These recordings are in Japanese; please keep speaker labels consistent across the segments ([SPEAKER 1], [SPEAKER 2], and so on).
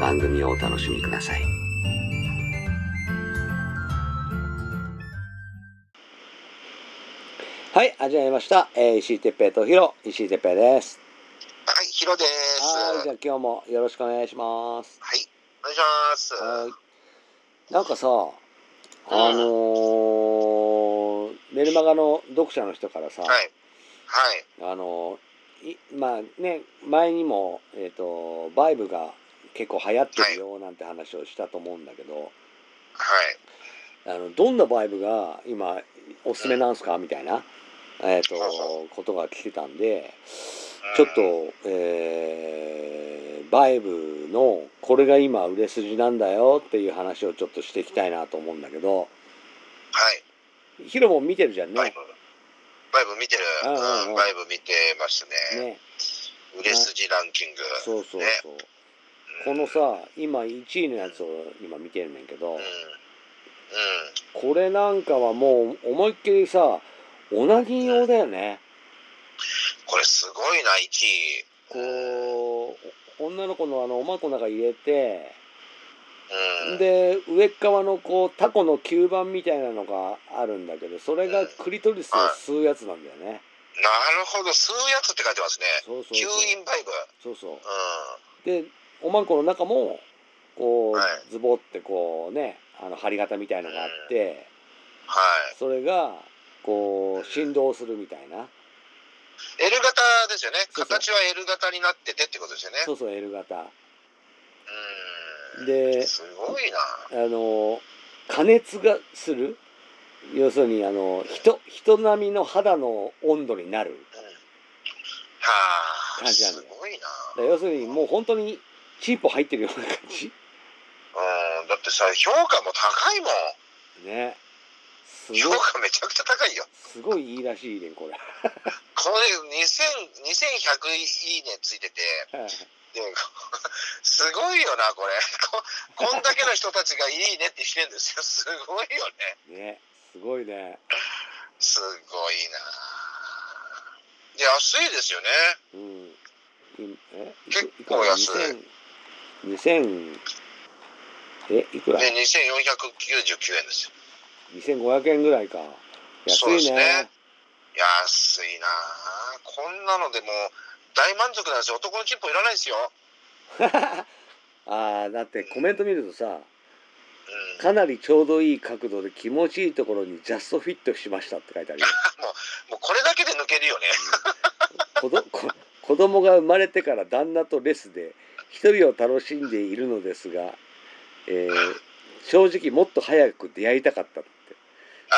[SPEAKER 1] 番組をお楽しみください。はい、始まりました。えー石井哲平とひろ、石井哲平です。
[SPEAKER 2] はい、ヒロです。
[SPEAKER 1] はい、
[SPEAKER 2] は
[SPEAKER 1] じ
[SPEAKER 2] い、
[SPEAKER 1] ゃあ今日もよろしくお願いします。
[SPEAKER 2] お願いします。
[SPEAKER 1] はい。なんかさ、あのー、メルマガの読者の人からさ、
[SPEAKER 2] はい、はい、
[SPEAKER 1] あのいまあね前にも、えー、とバイブが結構流行ってるよなんて話をしたと思うんだけど、
[SPEAKER 2] はい。
[SPEAKER 1] あのどんなバイブが今おすすめなんすかみたいな、えー、と
[SPEAKER 2] はいは
[SPEAKER 1] ことが来てたんでちょっと、えーバイブのこれが今売れ筋なんだよっていう話をちょっとしていきたいなと思うんだけど
[SPEAKER 2] はい、
[SPEAKER 1] ヒロも見てるじゃん
[SPEAKER 2] バイ
[SPEAKER 1] ね。
[SPEAKER 2] ブ。バイブ見てる。
[SPEAKER 1] うんうんうん
[SPEAKER 2] うん、バイブ見てますね。
[SPEAKER 1] ね
[SPEAKER 2] 売れ筋ランキング。
[SPEAKER 1] そうそうそう。
[SPEAKER 2] ね
[SPEAKER 1] こ
[SPEAKER 2] うん
[SPEAKER 1] のさ今1位のやつを今見てるねんけど、
[SPEAKER 2] うん、うん、
[SPEAKER 1] これなんかはもう思いっきりさオナニー用だよね
[SPEAKER 2] これすごいな、一位。
[SPEAKER 1] こう女の子のあのおまこの中入れて
[SPEAKER 2] うん。
[SPEAKER 1] で上っ側のこうタコの吸盤みたいなのがあるんだけどそれがクリトリスを吸うやつなんだよね
[SPEAKER 2] なるほど、吸うやつって書いてますね。
[SPEAKER 1] そうそう
[SPEAKER 2] 吸
[SPEAKER 1] そう
[SPEAKER 2] 引バイブ。
[SPEAKER 1] そうそう
[SPEAKER 2] うん、
[SPEAKER 1] でおまんこの中もこ
[SPEAKER 2] は
[SPEAKER 1] うズボってこうねあの針型みたいのがあって
[SPEAKER 2] は。
[SPEAKER 1] それがこう振動するみたいない
[SPEAKER 2] L 型ですよね。
[SPEAKER 1] そうそう
[SPEAKER 2] 形は L 型になっててってことですよね。
[SPEAKER 1] そうそう L 型
[SPEAKER 2] うん。
[SPEAKER 1] です
[SPEAKER 2] ごいな。
[SPEAKER 1] あの加熱がする要するにあの人人並みの肌の温度になる
[SPEAKER 2] うんはあ、
[SPEAKER 1] 感じな
[SPEAKER 2] す
[SPEAKER 1] のよ
[SPEAKER 2] ごいな。
[SPEAKER 1] だから要するにもう本当にチンポ入ってるような感じ
[SPEAKER 2] うん、だってさ、評価も高いもん。
[SPEAKER 1] ねす
[SPEAKER 2] 評
[SPEAKER 1] ごい
[SPEAKER 2] 価めちゃくちゃ高いよ。
[SPEAKER 1] すごいいいらしいねこれ
[SPEAKER 2] これ2000、2100いいねついてて、で すごいよな、これこ。こんだけの人たちがいいねってしてるんですよ。 すごいよね。
[SPEAKER 1] ねすごいね
[SPEAKER 2] すごいな。で安いですよね。
[SPEAKER 1] うんいえ
[SPEAKER 2] 結構安い
[SPEAKER 1] い2000えいくら
[SPEAKER 2] で、2499円ですよ。
[SPEAKER 1] 2500円ぐらいか
[SPEAKER 2] そう
[SPEAKER 1] 安
[SPEAKER 2] で
[SPEAKER 1] い
[SPEAKER 2] す
[SPEAKER 1] ね
[SPEAKER 2] ね安いな。こんなのでもう大満足なんですよ。男のチンポいらないですよ。
[SPEAKER 1] ああだってコメント見るとさ
[SPEAKER 2] うん
[SPEAKER 1] かなりちょうどいい角度で気持ちいいところにジャストフィットしましたって書いてあるよ
[SPEAKER 2] もうこれだけで抜けるよね。
[SPEAKER 1] 子どこ子供が生まれてから旦那とレスで一人を楽しんでいるのですが、えー正直もっと早く出会いたかったっ
[SPEAKER 2] あ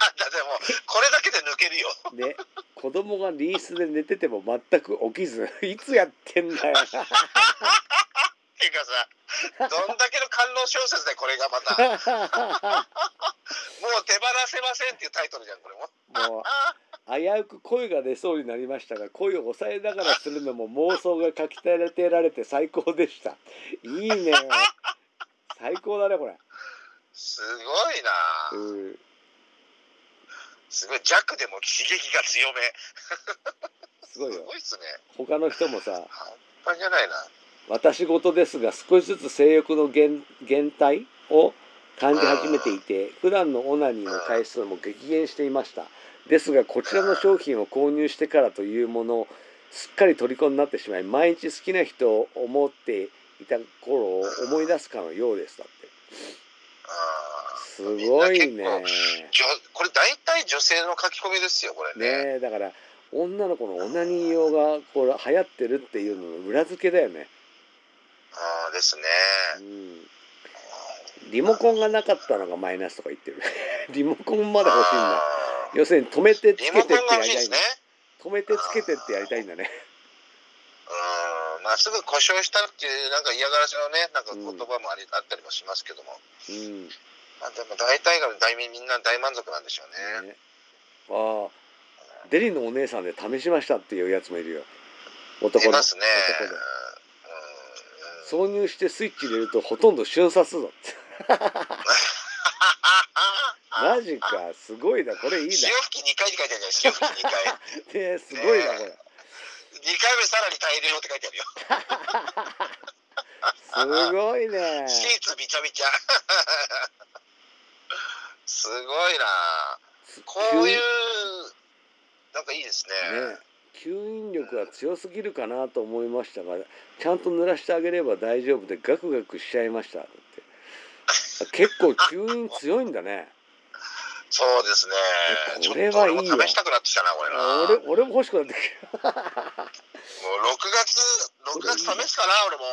[SPEAKER 2] あ、 だってもう、これだけで抜けるよ。
[SPEAKER 1] てで子供がリースで寝てても全く起きず いつやってんだよ
[SPEAKER 2] っていうかさ、どんだけの観音小説でこれがまた、もう手放せませんっていうタイトルじゃん、これも。
[SPEAKER 1] もう危うく声が出そうになりましたが声を抑えながらするのも妄想がかきたてられて最高でしたいいね最高だねこれ
[SPEAKER 2] すごいな
[SPEAKER 1] うん
[SPEAKER 2] すごい、弱でも刺激が強め。
[SPEAKER 1] すごい
[SPEAKER 2] す
[SPEAKER 1] よ
[SPEAKER 2] ごいっすね。
[SPEAKER 1] 他の人もさ
[SPEAKER 2] 半端じゃないな。
[SPEAKER 1] 「私事ですが少しずつ性欲の減減退を感じ始めていて普段のオナニーの回数も激減していましたですがこちらの商品を購入してからというものすっかり虜になってしまい毎日好きな人を思っていた頃を思い出すかのようですだって
[SPEAKER 2] あー
[SPEAKER 1] すごい
[SPEAKER 2] みん
[SPEAKER 1] ね
[SPEAKER 2] な結じょこれ大体女性の書き込みですよこれね
[SPEAKER 1] ねえだから女の子のオナニー用がこれ流行ってるっていうのの裏付けだよね、
[SPEAKER 2] ああですね
[SPEAKER 1] うん、リモコンがなかったのがマイナスとか言ってる リモコンまだ欲しいんだ
[SPEAKER 2] あー
[SPEAKER 1] 要するに止めてつけ
[SPEAKER 2] リ
[SPEAKER 1] て
[SPEAKER 2] モ
[SPEAKER 1] っ
[SPEAKER 2] コ
[SPEAKER 1] て
[SPEAKER 2] ン
[SPEAKER 1] や
[SPEAKER 2] が欲
[SPEAKER 1] りた
[SPEAKER 2] しいで
[SPEAKER 1] いん
[SPEAKER 2] すね
[SPEAKER 1] だ止めてつけてってやりたいんだね
[SPEAKER 2] うんまあすぐ故障したっていうなんか嫌がらせのねなんか言葉もあり、あったりもしますけども
[SPEAKER 1] うん
[SPEAKER 2] まあでも大体が大民みんな大満足なんでしょうね。
[SPEAKER 1] ねああデリのお姉さんで試しましたっていうやつもいるよ
[SPEAKER 2] い
[SPEAKER 1] 男の
[SPEAKER 2] ますね。
[SPEAKER 1] 男で
[SPEAKER 2] うん。うん
[SPEAKER 1] 挿入してスイッチ入れるとほとんど瞬殺だってマジかすごいなこれいいな
[SPEAKER 2] 潮吹き2回って書いてあるじゃない潮吹き2回。
[SPEAKER 1] ねすごいなこれ
[SPEAKER 2] 2回目さらに大量って書いてあるよ。
[SPEAKER 1] すごいね
[SPEAKER 2] シーツびちゃびちゃ。 すごいな。こういう、なんかいいですね。
[SPEAKER 1] ね吸引力が強すぎるかなと思いましたがちゃんと濡らしてあげれば大丈夫でガクガクしちゃいましただって結構吸引強いんだね
[SPEAKER 2] そうですね。
[SPEAKER 1] ねこれはいいわ
[SPEAKER 2] ちょっと俺も試したくなってきたな、これな。
[SPEAKER 1] 俺俺も欲しくなってくる
[SPEAKER 2] もう6月、6月試すかな、俺も。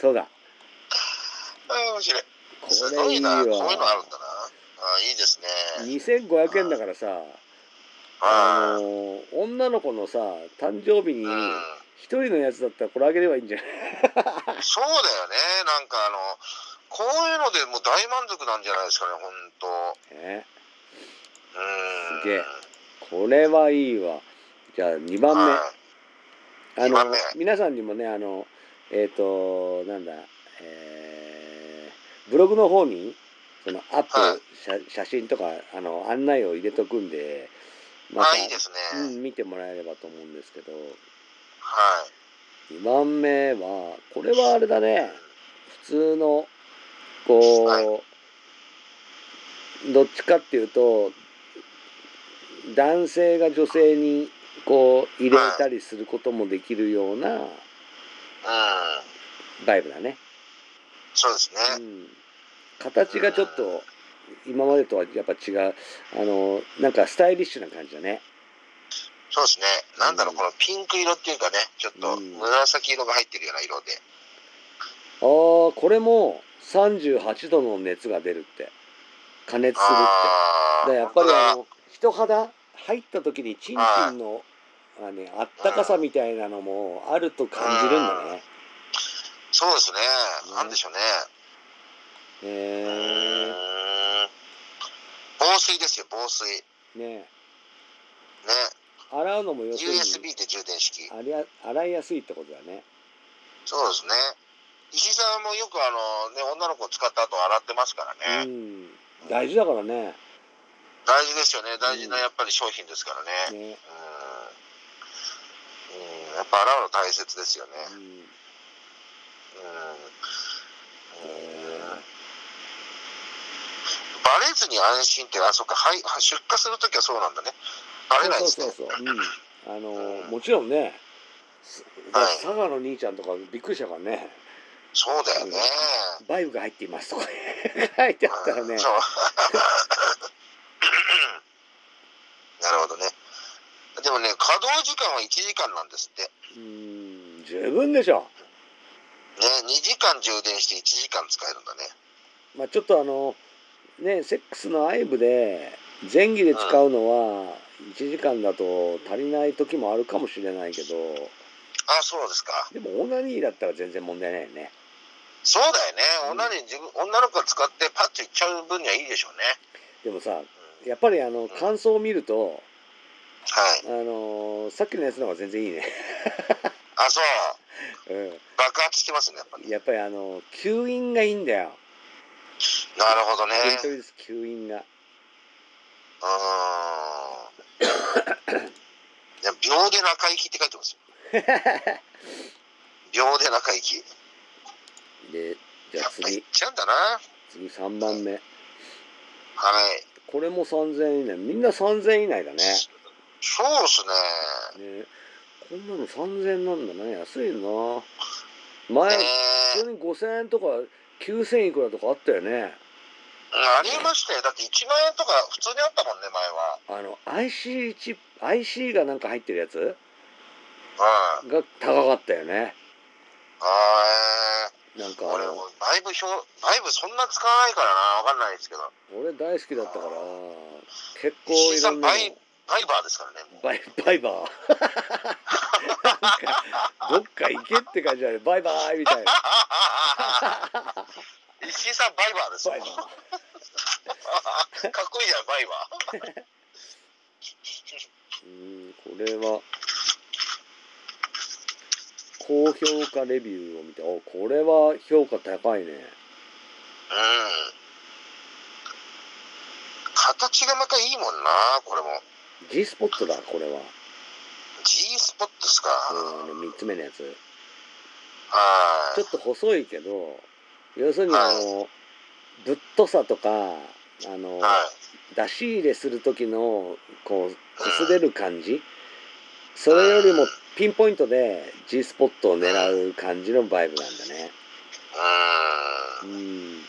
[SPEAKER 1] そうだ
[SPEAKER 2] あー 面白い。
[SPEAKER 1] こ
[SPEAKER 2] すご
[SPEAKER 1] れい
[SPEAKER 2] い
[SPEAKER 1] い
[SPEAKER 2] な。
[SPEAKER 1] わ
[SPEAKER 2] こういうのあるんだな。あーいいですね。
[SPEAKER 1] 2500円だからさあ
[SPEAKER 2] あー
[SPEAKER 1] の女の子のさ誕生日に
[SPEAKER 2] うん。
[SPEAKER 1] 一人のやつだったらこれあげればいいんじゃない
[SPEAKER 2] そうだよね。なんかあの、こういうのでもう大満足なんじゃないですかね、ほんと。
[SPEAKER 1] ね
[SPEAKER 2] うん。
[SPEAKER 1] すげえこれはいいわじゃあ2番目
[SPEAKER 2] はい
[SPEAKER 1] あの
[SPEAKER 2] 今ね
[SPEAKER 1] 皆さんにもねあのえっ、となんだ、えーブログの方にそのアップ、
[SPEAKER 2] はい
[SPEAKER 1] 写写真とかあの案内を入れとくんでま
[SPEAKER 2] あ、いいですね。
[SPEAKER 1] うん、見てもらえればと思うんですけど
[SPEAKER 2] はい。
[SPEAKER 1] 2番目はこれはあれだね普通のこう、
[SPEAKER 2] は
[SPEAKER 1] どっちかっていうと男性が女性にこう入れたりすることもできるような
[SPEAKER 2] うん。
[SPEAKER 1] バイブだね。
[SPEAKER 2] そうですね。
[SPEAKER 1] うん形がちょっと今までとはやっぱ違うあのなんかスタイリッシュな感じだね
[SPEAKER 2] そうですね。なんだろ
[SPEAKER 1] う
[SPEAKER 2] う、
[SPEAKER 1] ん
[SPEAKER 2] このピンク色っていうかね、ちょっと
[SPEAKER 1] うん
[SPEAKER 2] 紫色が入ってるような色で。
[SPEAKER 1] あーこれも38度の熱が出るって加熱するっ
[SPEAKER 2] あ
[SPEAKER 1] て
[SPEAKER 2] あ。
[SPEAKER 1] でやっぱりあ
[SPEAKER 2] 本
[SPEAKER 1] の人肌入った時にチンチンのあ,、ね、あったかさみたいなのもあると感じるんだね
[SPEAKER 2] 当だそうですね。
[SPEAKER 1] ね
[SPEAKER 2] なんでしょうね。
[SPEAKER 1] へえ
[SPEAKER 2] うーん防水ですよ、防水。ね。
[SPEAKER 1] ね洗うのも要するに
[SPEAKER 2] USB で充電式。
[SPEAKER 1] ありゃ洗いやすいってことだね
[SPEAKER 2] そうですね。石井さんもよくあの、ね、女の子を使った後洗ってますから
[SPEAKER 1] う
[SPEAKER 2] ね。
[SPEAKER 1] ん大事だからね
[SPEAKER 2] 大事ですよね。大事
[SPEAKER 1] う
[SPEAKER 2] なんやっぱり商品ですから
[SPEAKER 1] ね
[SPEAKER 2] ね。うん。うんやっぱ洗うの大切ですよね。
[SPEAKER 1] うん
[SPEAKER 2] うん。
[SPEAKER 1] へ
[SPEAKER 2] うん
[SPEAKER 1] ー
[SPEAKER 2] バレずに安心って、あ、そっか、はい、は出荷するときはそうなんだね。バレないですね。
[SPEAKER 1] そうそうそうそう、うん、あのーもちろんねす
[SPEAKER 2] はい
[SPEAKER 1] 佐賀の兄ちゃんとかびっくりしたからね
[SPEAKER 2] そうだよね。
[SPEAKER 1] 「バイブが入っています」とか 書いてあったらね
[SPEAKER 2] そうなるほどね。でもね、稼働時間は1時間なんですって。
[SPEAKER 1] うん十分でしょ、
[SPEAKER 2] ね、2時間充電して1時間使えるんだね。
[SPEAKER 1] まあ、ちょっとあのねセックスの愛部で前儀で使うのは1時間だと足りない時もあるかもしれないけど
[SPEAKER 2] あ、そうですか。
[SPEAKER 1] でもオナニーだったら全然問題ないよね
[SPEAKER 2] そうだよね。
[SPEAKER 1] うん
[SPEAKER 2] 女に自分、女の子が使ってパッといっちゃう分にはいいでしょうね。
[SPEAKER 1] でもさ
[SPEAKER 2] うん
[SPEAKER 1] やっぱりあの感想を見ると
[SPEAKER 2] はい
[SPEAKER 1] あ。のーさっきのやつの方が全然いいね、
[SPEAKER 2] あ、そう。
[SPEAKER 1] うん
[SPEAKER 2] 爆発してますね、やっぱり。
[SPEAKER 1] やっぱりあの吸引がいいんだよ。
[SPEAKER 2] なるほどね。
[SPEAKER 1] テリト
[SPEAKER 2] う
[SPEAKER 1] リです吸引が。
[SPEAKER 2] ーん。いや、秒で中行きって書いてますよ。秒で中行き。
[SPEAKER 1] でじゃ
[SPEAKER 2] や
[SPEAKER 1] あ
[SPEAKER 2] っぱ行
[SPEAKER 1] 次
[SPEAKER 2] っちゃうんだな。は
[SPEAKER 1] 次3番目
[SPEAKER 2] い。
[SPEAKER 1] これも3,000円以内みんな3,000円以内だね。
[SPEAKER 2] そうっすね。
[SPEAKER 1] ねここんなの3000円なんだね安いな前普
[SPEAKER 2] ねえ
[SPEAKER 1] 通に5000円とか9000いくらとかあったよね
[SPEAKER 2] ありましたよ。だって1万円とか普通にあったもんね、前は。
[SPEAKER 1] あの IC チップ IC がなんか入ってるやつ
[SPEAKER 2] うん。
[SPEAKER 1] が高かったよね
[SPEAKER 2] あー
[SPEAKER 1] なんかあ
[SPEAKER 2] 俺
[SPEAKER 1] の
[SPEAKER 2] もバイブ表、バイブそんな使わないからな、わかんないですけど。
[SPEAKER 1] 俺大好きだったから結構
[SPEAKER 2] 石井
[SPEAKER 1] い
[SPEAKER 2] さ
[SPEAKER 1] ろ
[SPEAKER 2] ん
[SPEAKER 1] んな
[SPEAKER 2] バ
[SPEAKER 1] の
[SPEAKER 2] イ、バイバーですからね。もう
[SPEAKER 1] バイバイバーなんかどっか行けって感じだねバイバーイみたいな
[SPEAKER 2] 石井さんバイバーですよ。
[SPEAKER 1] バイバー
[SPEAKER 2] かっこいいじゃん、バイバー。
[SPEAKER 1] うーんこれは高評価レビューを見ておこれは評価高いね
[SPEAKER 2] うん。形がまたいいもんな、これも。
[SPEAKER 1] G スポットだこれは
[SPEAKER 2] G スポットですか。
[SPEAKER 1] この3つ目のやつ
[SPEAKER 2] は
[SPEAKER 1] ち
[SPEAKER 2] い
[SPEAKER 1] ょ。っと細いけど要するにあのぶっとさとかあの
[SPEAKER 2] はい。
[SPEAKER 1] 出し入れする時のこう擦れる感じそれよりもピンポイントで G スポットを狙う感じのバイブなんだねう
[SPEAKER 2] うん。
[SPEAKER 1] ん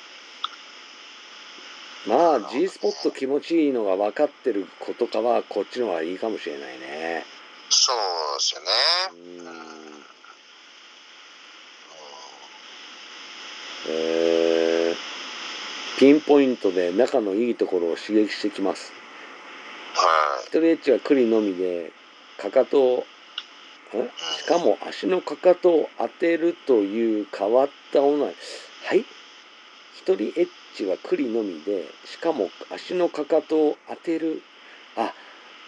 [SPEAKER 1] まあ G スポット気持ちいいのが分かってることかはこっちの方がいいかもしれないね
[SPEAKER 2] そうですよね。
[SPEAKER 1] うん
[SPEAKER 2] う
[SPEAKER 1] えーピンポイントで仲のいいところを刺激してきます
[SPEAKER 2] んは
[SPEAKER 1] ストレッチは栗のみでかかとをん
[SPEAKER 2] い。
[SPEAKER 1] しかも足のかかとを当てるという変わったオナニーはい一人エッチは栗のみでしかも足のかかとを当てるあ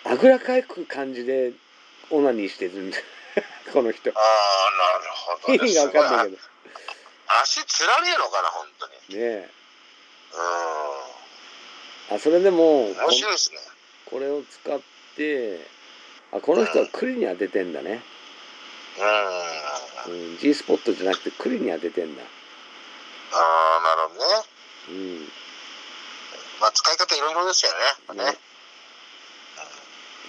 [SPEAKER 1] あぐらかく感じでオナニーしてるんだ この人
[SPEAKER 2] ああ、な
[SPEAKER 1] 意
[SPEAKER 2] るほど、ね。
[SPEAKER 1] 味が分かんないけ
[SPEAKER 2] すご
[SPEAKER 1] どね
[SPEAKER 2] あ足つられるのかな、本当に。
[SPEAKER 1] え
[SPEAKER 2] う
[SPEAKER 1] あそれでもこ
[SPEAKER 2] ん。面白いですね。
[SPEAKER 1] これを使ってあこの人は栗に当ててんだね、
[SPEAKER 2] うん。あ
[SPEAKER 1] うん、G スポットじゃなくて栗に当ててんだ
[SPEAKER 2] あ、なるほどね。
[SPEAKER 1] うん
[SPEAKER 2] まあ、使い方いろいろですよね。 ね。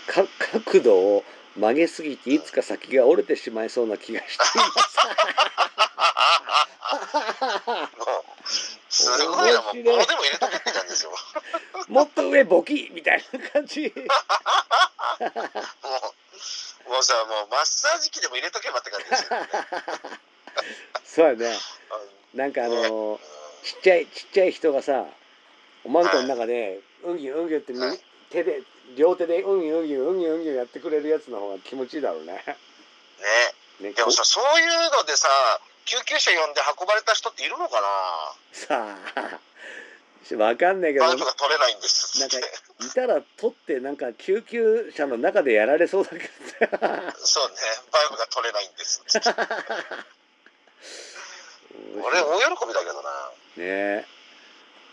[SPEAKER 1] か角度を曲げすぎていつか先が折れてしまいそうな気がしていま
[SPEAKER 2] もう、すごいな、もう、棒でも入れとけって感じですよ。も
[SPEAKER 1] すもっと上ボキみたいな感じ
[SPEAKER 2] う、もうさ、もう、マッサージ機でも入れとけばって感じですよ。
[SPEAKER 1] そうやね
[SPEAKER 2] う
[SPEAKER 1] なんかあの
[SPEAKER 2] ん
[SPEAKER 1] ちっちゃいちっちゃい人がさおまんこの中でうんぎゅうんぎゅってみ
[SPEAKER 2] はい
[SPEAKER 1] 手で両手でうんぎゅうんぎゅうんぎゅうんぎゅやってくれるやつの方が気持ちいいだろうね
[SPEAKER 2] ね。
[SPEAKER 1] ね
[SPEAKER 2] でも
[SPEAKER 1] こ
[SPEAKER 2] さ、そういうのでさ、救急車呼んで運ばれた人っているのかな
[SPEAKER 1] さあしわかんないけど
[SPEAKER 2] バイブが取れないんです
[SPEAKER 1] な
[SPEAKER 2] っ
[SPEAKER 1] んか
[SPEAKER 2] つっ
[SPEAKER 1] い
[SPEAKER 2] て。
[SPEAKER 1] たら取ってなんか救急車の中でやられそうだけどね
[SPEAKER 2] そうね、バイブが取れない んですっつって。俺、
[SPEAKER 1] ね
[SPEAKER 2] 大喜びだけどな。
[SPEAKER 1] え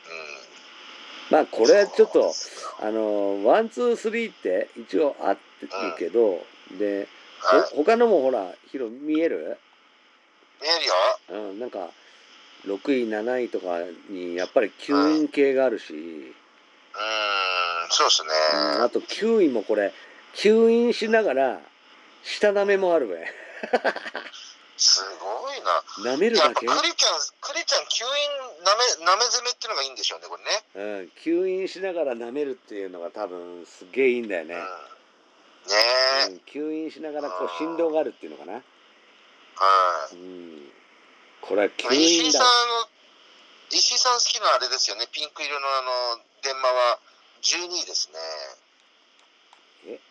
[SPEAKER 2] うん。
[SPEAKER 1] まあこれちょっと
[SPEAKER 2] は
[SPEAKER 1] あのワンツースリーって一応あってるけど、でほ
[SPEAKER 2] い、
[SPEAKER 1] 他のもほらヒロ見える、
[SPEAKER 2] 見えるよ。
[SPEAKER 1] うん、なんか6位7位とかにやっぱり吸引系があるし、
[SPEAKER 2] うーん、そうですね。
[SPEAKER 1] うんあと9位もこれ吸引しながら舌舐めもあるべ
[SPEAKER 2] すごいな。
[SPEAKER 1] 舐める
[SPEAKER 2] や
[SPEAKER 1] だ
[SPEAKER 2] っぱ
[SPEAKER 1] け
[SPEAKER 2] クリちゃん、クリちゃん、吸引なめ、なめ攻めっていうのがいいんでしょうね、これね。
[SPEAKER 1] うん、吸引しながら舐めるっていうのが多分すげえいいんだよね、
[SPEAKER 2] うん。ねえ、
[SPEAKER 1] うん、吸引しながらこう振動があるっていうのかな、
[SPEAKER 2] は。
[SPEAKER 1] うん、これはい吸
[SPEAKER 2] 石
[SPEAKER 1] 引
[SPEAKER 2] 井さ
[SPEAKER 1] だ
[SPEAKER 2] んの、石井さん好きなあれですよね、ピンク色のあの、電話は12位ですね。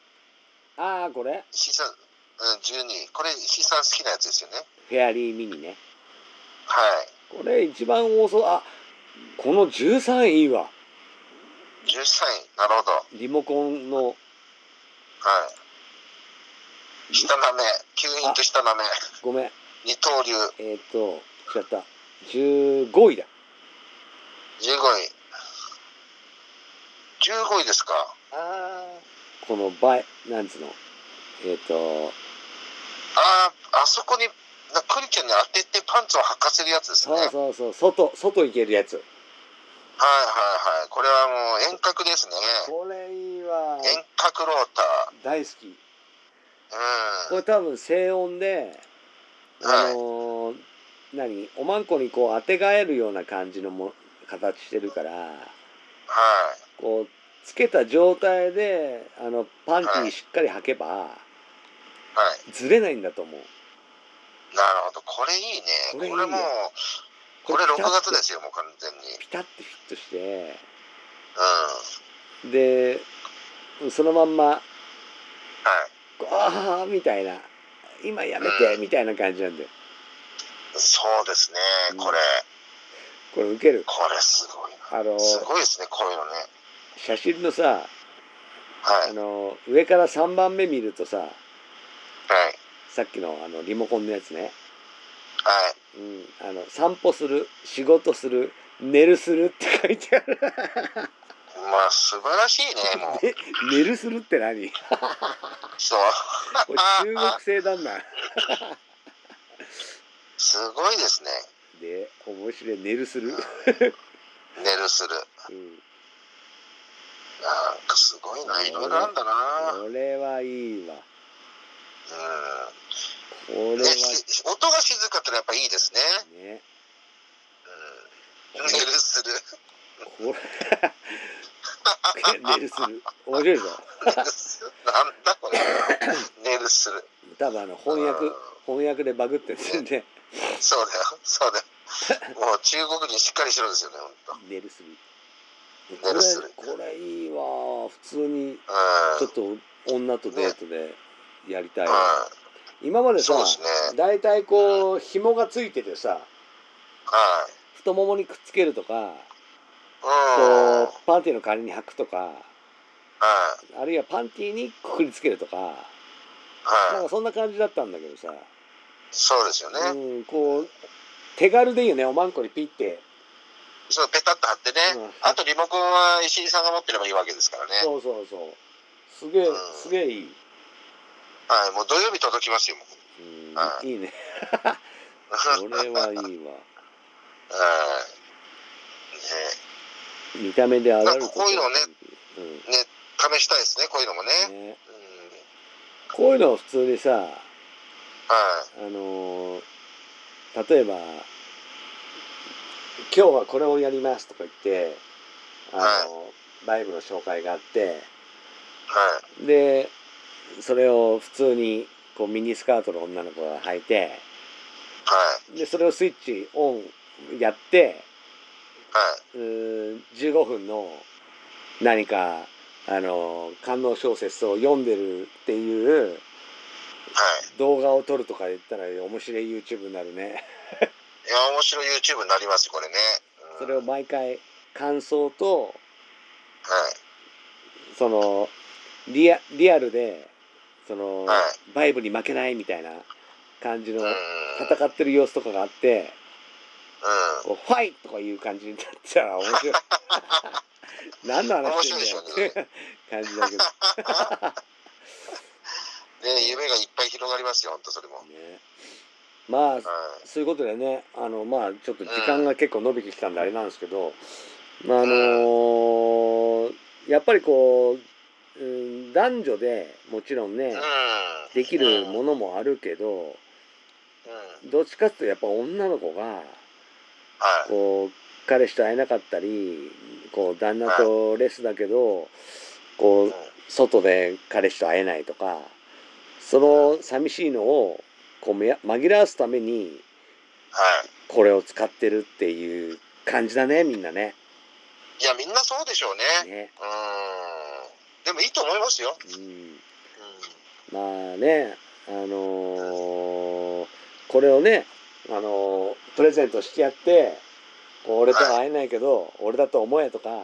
[SPEAKER 1] ああこれ
[SPEAKER 2] 石井さん、うん、12位。これ石井さん好きなやつですよね。
[SPEAKER 1] フェアリーミニね
[SPEAKER 2] はい。
[SPEAKER 1] これ一番多そうあこの13位は
[SPEAKER 2] 13位。なるほど。は
[SPEAKER 1] リモコンの
[SPEAKER 2] い。下舐め。吸引と下舐め。
[SPEAKER 1] ごめん
[SPEAKER 2] 二刀流。
[SPEAKER 1] えっ、と違った15位だ
[SPEAKER 2] 15位。15位ですか。あ
[SPEAKER 1] この倍なんつうのえっ、と
[SPEAKER 2] あー、あそこに、なクリちゃんに当ててパンツを履かせるやつですね。
[SPEAKER 1] そうそうそう外外行けるやつ
[SPEAKER 2] はいはいはい。これはもう遠隔ですね。
[SPEAKER 1] これいいわ
[SPEAKER 2] 遠隔ローター。
[SPEAKER 1] 大好きこれ多分静音で、あのー何おまんこにこうあてがえるような感じのも形してるから
[SPEAKER 2] はい。
[SPEAKER 1] こうつけた状態であのパンティーしっかり履けば
[SPEAKER 2] はい。
[SPEAKER 1] ずれないんだと思う
[SPEAKER 2] なるほど。これいいね。
[SPEAKER 1] こ
[SPEAKER 2] こ
[SPEAKER 1] れい
[SPEAKER 2] れ
[SPEAKER 1] い
[SPEAKER 2] もう、こ
[SPEAKER 1] こ
[SPEAKER 2] れ
[SPEAKER 1] れ
[SPEAKER 2] 6
[SPEAKER 1] ピタッ
[SPEAKER 2] 月
[SPEAKER 1] て
[SPEAKER 2] ですよ、もう完全に。
[SPEAKER 1] ピタッてフィットして
[SPEAKER 2] うん。は
[SPEAKER 1] でそのまんま
[SPEAKER 2] い。
[SPEAKER 1] 「ああ」みたいな「今やめて」みたいな感じなんで
[SPEAKER 2] そうですね
[SPEAKER 1] う、ん
[SPEAKER 2] これ。
[SPEAKER 1] これウケる
[SPEAKER 2] これすごいな。
[SPEAKER 1] あの
[SPEAKER 2] すごいですね、こういうのね。
[SPEAKER 1] 写真のさ
[SPEAKER 2] はい
[SPEAKER 1] あ。の上から3番目見るとさ
[SPEAKER 2] はい。
[SPEAKER 1] さっきのあのリモコンのやつね、
[SPEAKER 2] はい。
[SPEAKER 1] うん、あの散歩する仕事する寝るするって書いてあ る
[SPEAKER 2] まあ、素晴らしいね、もう。
[SPEAKER 1] え寝るするって何
[SPEAKER 2] そう。
[SPEAKER 1] これ中国製だ な
[SPEAKER 2] すごいですね。
[SPEAKER 1] で面白い寝るする、
[SPEAKER 2] 寝るする。
[SPEAKER 1] うん、
[SPEAKER 2] なんかすごいな、いろいろあんだな。
[SPEAKER 1] これはいいわこ
[SPEAKER 2] うん。
[SPEAKER 1] れ
[SPEAKER 2] ね、
[SPEAKER 1] は
[SPEAKER 2] し音が静かってのはやっぱいいですね。
[SPEAKER 1] ね
[SPEAKER 2] うん。寝るする。
[SPEAKER 1] これ寝 るする面白いぞ
[SPEAKER 2] 寝るするなんだこれ。寝るする。
[SPEAKER 1] 多分あの翻訳翻訳でバグってるんで
[SPEAKER 2] そうだよ、そうだよ。もう中国人しっかりしろですよね、本
[SPEAKER 1] 寝るするこ
[SPEAKER 2] 寝るする
[SPEAKER 1] れこれいいわ普通にち
[SPEAKER 2] 当。
[SPEAKER 1] ょっと女とデートでやりたいわ
[SPEAKER 2] う
[SPEAKER 1] 今まで
[SPEAKER 2] ん。
[SPEAKER 1] さ
[SPEAKER 2] そうですね。
[SPEAKER 1] 大体こう紐がついててさ
[SPEAKER 2] はい。
[SPEAKER 1] 太ももにくっつけるとか
[SPEAKER 2] うん。
[SPEAKER 1] こ
[SPEAKER 2] は
[SPEAKER 1] うパンティーの代わりに履くとか
[SPEAKER 2] い。
[SPEAKER 1] あるいはパンティーにくくりつけるとかなん
[SPEAKER 2] は
[SPEAKER 1] か
[SPEAKER 2] い。
[SPEAKER 1] そんな感じだったんだけどさ、
[SPEAKER 2] そうですよね。
[SPEAKER 1] うん、こう手軽でいいよねおまんこにピッて
[SPEAKER 2] そう、ペタッと貼ってね。
[SPEAKER 1] うん
[SPEAKER 2] あとリモコンは石井さんが持ってればいいわけですからね。
[SPEAKER 1] そうそうそうすげえ
[SPEAKER 2] うん
[SPEAKER 1] すげえいい、
[SPEAKER 2] はい、もう土曜日届きますよ、もう。は
[SPEAKER 1] うん、いいね
[SPEAKER 2] はい。
[SPEAKER 1] こ れはいいわ
[SPEAKER 2] ね
[SPEAKER 1] 見た目で上がる
[SPEAKER 2] なんかこういうのね
[SPEAKER 1] う
[SPEAKER 2] ね、試したいですね、こういうのもね。
[SPEAKER 1] んね
[SPEAKER 2] うん。
[SPEAKER 1] こういうのを普通にさ
[SPEAKER 2] はい。
[SPEAKER 1] あのー例えば「今日はこれをやります」とか言って、あのーライブの紹介があって
[SPEAKER 2] はい。
[SPEAKER 1] でそれを普通にこうミニスカートの女の子が履いて
[SPEAKER 2] はい。
[SPEAKER 1] でそれをスイッチオンやって
[SPEAKER 2] はい。
[SPEAKER 1] うーん15分の何かあのー官能小説を読んでるっていう
[SPEAKER 2] はい。
[SPEAKER 1] 動画を撮るとか言ったら面白い YouTube になるね。
[SPEAKER 2] いや、面白い YouTube になりますよ、これね。うん
[SPEAKER 1] それを
[SPEAKER 2] はい。
[SPEAKER 1] 毎回感想とそのリアリアルでその、
[SPEAKER 2] は
[SPEAKER 1] バイブに負けないみたいな感じの
[SPEAKER 2] うん。
[SPEAKER 1] 戦ってる様子とかがあって
[SPEAKER 2] う
[SPEAKER 1] こうファイトとかいう感じになったら面白い 何の話してんだよ
[SPEAKER 2] 面白いでしょう
[SPEAKER 1] って感じだけど
[SPEAKER 2] ん。ね、夢がいっぱい広がりますよ、本当それも。はい。
[SPEAKER 1] ねまあ
[SPEAKER 2] は
[SPEAKER 1] そういうことでねあのまあちょっと時間が結構伸びてきたんであれなんですけど、まああのーやっぱりこう、うん、男女でもちろんね、
[SPEAKER 2] い。うん。
[SPEAKER 1] できるも
[SPEAKER 2] の。
[SPEAKER 1] のもあるけど
[SPEAKER 2] うん。
[SPEAKER 1] どっちかっていうとやっぱ女の子が
[SPEAKER 2] はい。
[SPEAKER 1] こう彼氏と会えなかったりこう旦那とレスだけどこ
[SPEAKER 2] うん
[SPEAKER 1] う外で彼氏と会えないとかその寂しいのをこうめや紛らわすために
[SPEAKER 2] は
[SPEAKER 1] これを使ってるっていう感じだねみんなね。
[SPEAKER 2] い。いや、みんなそうでしょうね。
[SPEAKER 1] ね
[SPEAKER 2] うん。でもいいと思いますよ。
[SPEAKER 1] うん、
[SPEAKER 2] うん。
[SPEAKER 1] まあねあのーこれをね、あのープレゼントしてやってこう俺とは会えないけど、俺だと思えとか、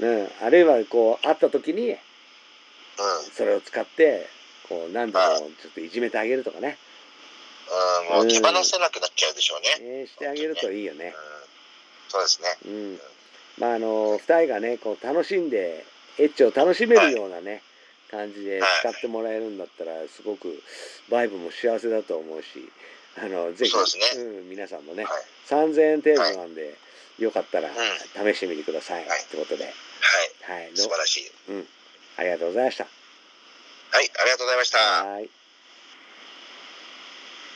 [SPEAKER 2] うん。
[SPEAKER 1] ね、あるいはこう会った時に
[SPEAKER 2] うん。
[SPEAKER 1] それを使ってこう何度もちょっといじめてあげるとかね
[SPEAKER 2] うん。もう手放せなくなっちゃうでしょうね。
[SPEAKER 1] ねしてあげるといいよ
[SPEAKER 2] うん
[SPEAKER 1] ね。。
[SPEAKER 2] そうですね。
[SPEAKER 1] うん、まああのー二人がねこう楽しんでエッチを楽しめるようなね、感じで使ってもらえるんだったらすごくバイブも幸せだと思うしあのぜひ
[SPEAKER 2] そうですね
[SPEAKER 1] うん、皆さんもね、
[SPEAKER 2] はい。
[SPEAKER 1] 3,000円程度なんで、よかったら
[SPEAKER 2] ん
[SPEAKER 1] 試してみてください、
[SPEAKER 2] はい
[SPEAKER 1] ってことで、
[SPEAKER 2] はい。
[SPEAKER 1] はい、ど
[SPEAKER 2] 素晴らしい。
[SPEAKER 1] うありがとうございました。
[SPEAKER 2] はい、ありがとうございました。
[SPEAKER 1] はい。